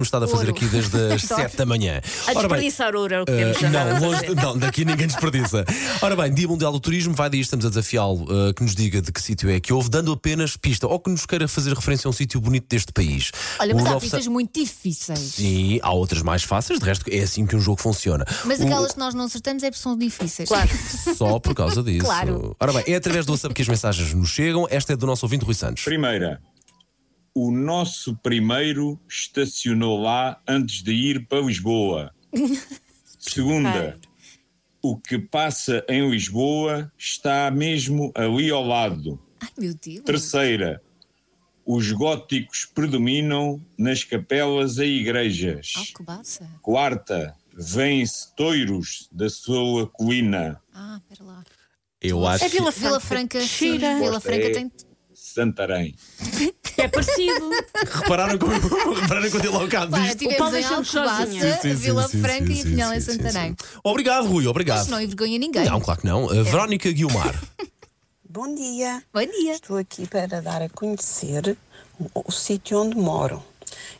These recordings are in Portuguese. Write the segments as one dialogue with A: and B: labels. A: nos está a fazer
B: Ouro.
A: aqui desde as 7 da manhã.
B: A
A: Ora bem,
B: desperdiçar ouro era o que
A: eh,
B: temos andado a
A: não,
B: fazer.
A: longe, não, daqui ninguém desperdiça. Ora bem, Dia Mundial do Turismo, vai daí, estamos a desafiá-lo eh, que nos diga de que sítio é que houve, dando apenas pista ou que nos queira fazer referência a um sítio bonito deste país.
C: Olha, mas
A: O
C: há
A: Rudolf Sa-
C: pistas muito difíceis.
A: Sim, há outras mais fáceis, de resto é assim que um jogo funciona.
C: Mas
A: O-
C: aquelas que nós não acertamos é porque são difíceis.
B: Claro.
A: Só por causa disso.
C: Claro.
A: Ora bem, é através do WhatsApp que as mensagens nos chegam. Esta é do nosso ouvinte Rui Santos.
D: Primeira, o nosso primeiro estacionou lá antes de ir para Lisboa. Segunda, o que passa em Lisboa está mesmo ali ao lado.
C: Ai, meu Deus.
D: Terceira, os góticos predominam nas capelas e igrejas.
C: Ah, que baça.
D: Quarta, vêm-se toiros da sua colina.
C: Ah, pera lá.
A: Eu acho
B: É Vila
C: Vila Franca,
B: Franca. de
C: sim,
B: Xira.
C: Vila Ah, Franca tem.
D: é Santarém.
B: É parecido.
A: que repararam como repararam quando ele ao cabo
C: Claro,
A: disto.
C: tivemos
B: Paulo
C: em
B: deixou-me sozinha.
C: Alcobaça, Vila Franca e Pinhal em
A: sim, sim,
C: Santarém.
A: sim. Obrigado, Rui, obrigado.
C: Isto não envergonha ninguém.
A: Não, claro que não. A Verónica Guilmar.
E: Bom dia.
C: Bom dia.
E: Estou aqui para dar a conhecer o, o sítio onde moro.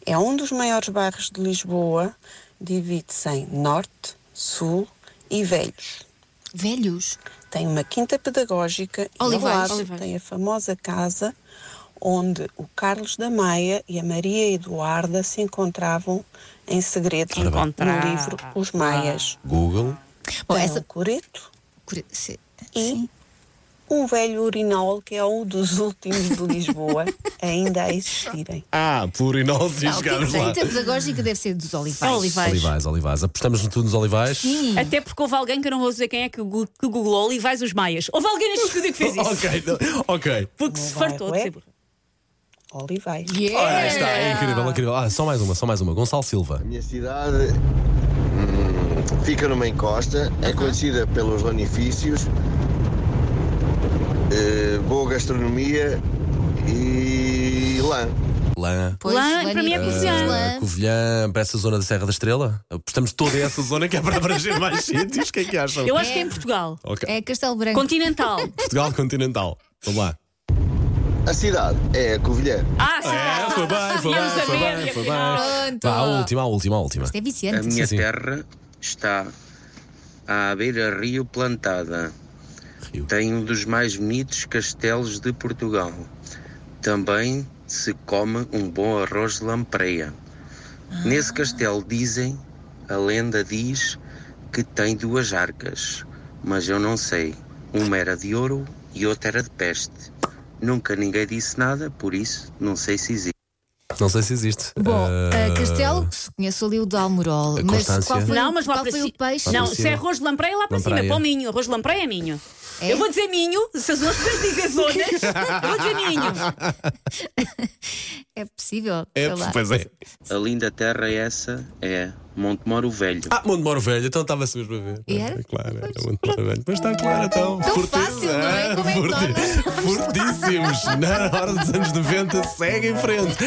E: É um dos maiores bairros de Lisboa, divide-se em Norte, Sul e Velhos.
C: Velhos.
E: Tem uma quinta pedagógica e ao
C: Olivais.
E: lado
B: Olivais.
E: tem a famosa casa onde o Carlos da Maia e a Maria Eduarda se encontravam em segredo
A: Ora bem.
E: no livro Os Maias.
A: Google.
C: Bom,
E: Tem
C: essa.
E: um coreto
C: curi- se-
B: É?
E: E
C: Sim.
E: um velho urinol que é um dos últimos de Lisboa ainda a existirem.
A: Ah, por inócio
C: Não, a quinta pedagógica deve ser dos Olivais.
B: Olivais. É.
A: Olivais, Olivais. Apostamos no tudo nos Olivais.
C: Sim.
B: Hum. Até porque houve alguém que eu não vou dizer quem é que gu- que googlou e vais os maias. Houve alguém neste estúdio que fez isso.
A: ok, não- ok.
B: Porque se
E: Não vai,
B: fartou
E: ué?
B: de saber.
E: Olivais.
A: Ora,
C: Yeah.
A: aí está, é incrível, incrível. Ah, só mais uma, só mais uma. Gonçalo Silva.
F: minha cidade hum, fica numa encosta, é conhecida pelos lanifícios, eh, boa gastronomia e lã.
A: Lã.
C: Pois,
B: Lã,
C: Lani-
B: para mim é cozinhar.
C: Lã.
A: Covilhã, para essa zona da Serra da Estrela. Apostamos toda essa zona que é para abranger mais sítios. O que é que acham?
B: Eu acho que é em Portugal.
A: Ok.
C: É Castelo Branco.
B: Continental.
A: Portugal continental. Vamos lá.
F: A cidade é a Covilhã.
B: Ah, sim.
A: É, foi bem, foi bem,
B: Tínhamos a
A: foi bem,
B: média,
A: foi bem.
B: afinal.
C: Pronto.
A: Vá, a última, a última, a última.
C: Isto é
G: A
C: viciante.
G: minha
A: sim.
G: terra está à beira-rio plantada.
A: Rio.
G: Tem um dos mais bonitos castelos de Portugal. Também se come um bom arroz de lampreia.
A: Ah.
G: Nesse castelo dizem, a lenda diz, que tem duas arcas, mas eu não sei. Uma era de ouro e outra era de peste. Nunca ninguém disse nada, por isso não sei se existe.
A: Não sei se existe.
C: Bom,
A: Eh,
C: a Castelo, se conheço ali o de Almorol,
A: a
C: mas
A: Constância.
C: qual foi,
B: Não, mas lá
C: qual
B: para
C: foi
B: cima.
C: o peixe?
B: Não,
A: para
B: se
A: cima.
B: é arroz de lampreia, lá para cima,
A: Lampreia.
B: para o Minho. Arroz de lampreia é Minho.
C: É?
B: Eu vou dizer Minho, se as pessoas dizem zonas, eu vou dizer Minho.
C: É possível.
A: É,
C: sei lá.
A: pois é.
G: A linda terra essa é Montemoro Velho.
A: Ah, Monte Moro Velho, então estava-se mesmo a ver.
C: E era?
A: Claro, era Monte Moro Velho. Mas está claro, então.
C: Tão
A: Forti- Ah,
C: fácil, não é? Como é que
A: Forti- Fortíssimos. Na hora dos anos 90, segue em frente.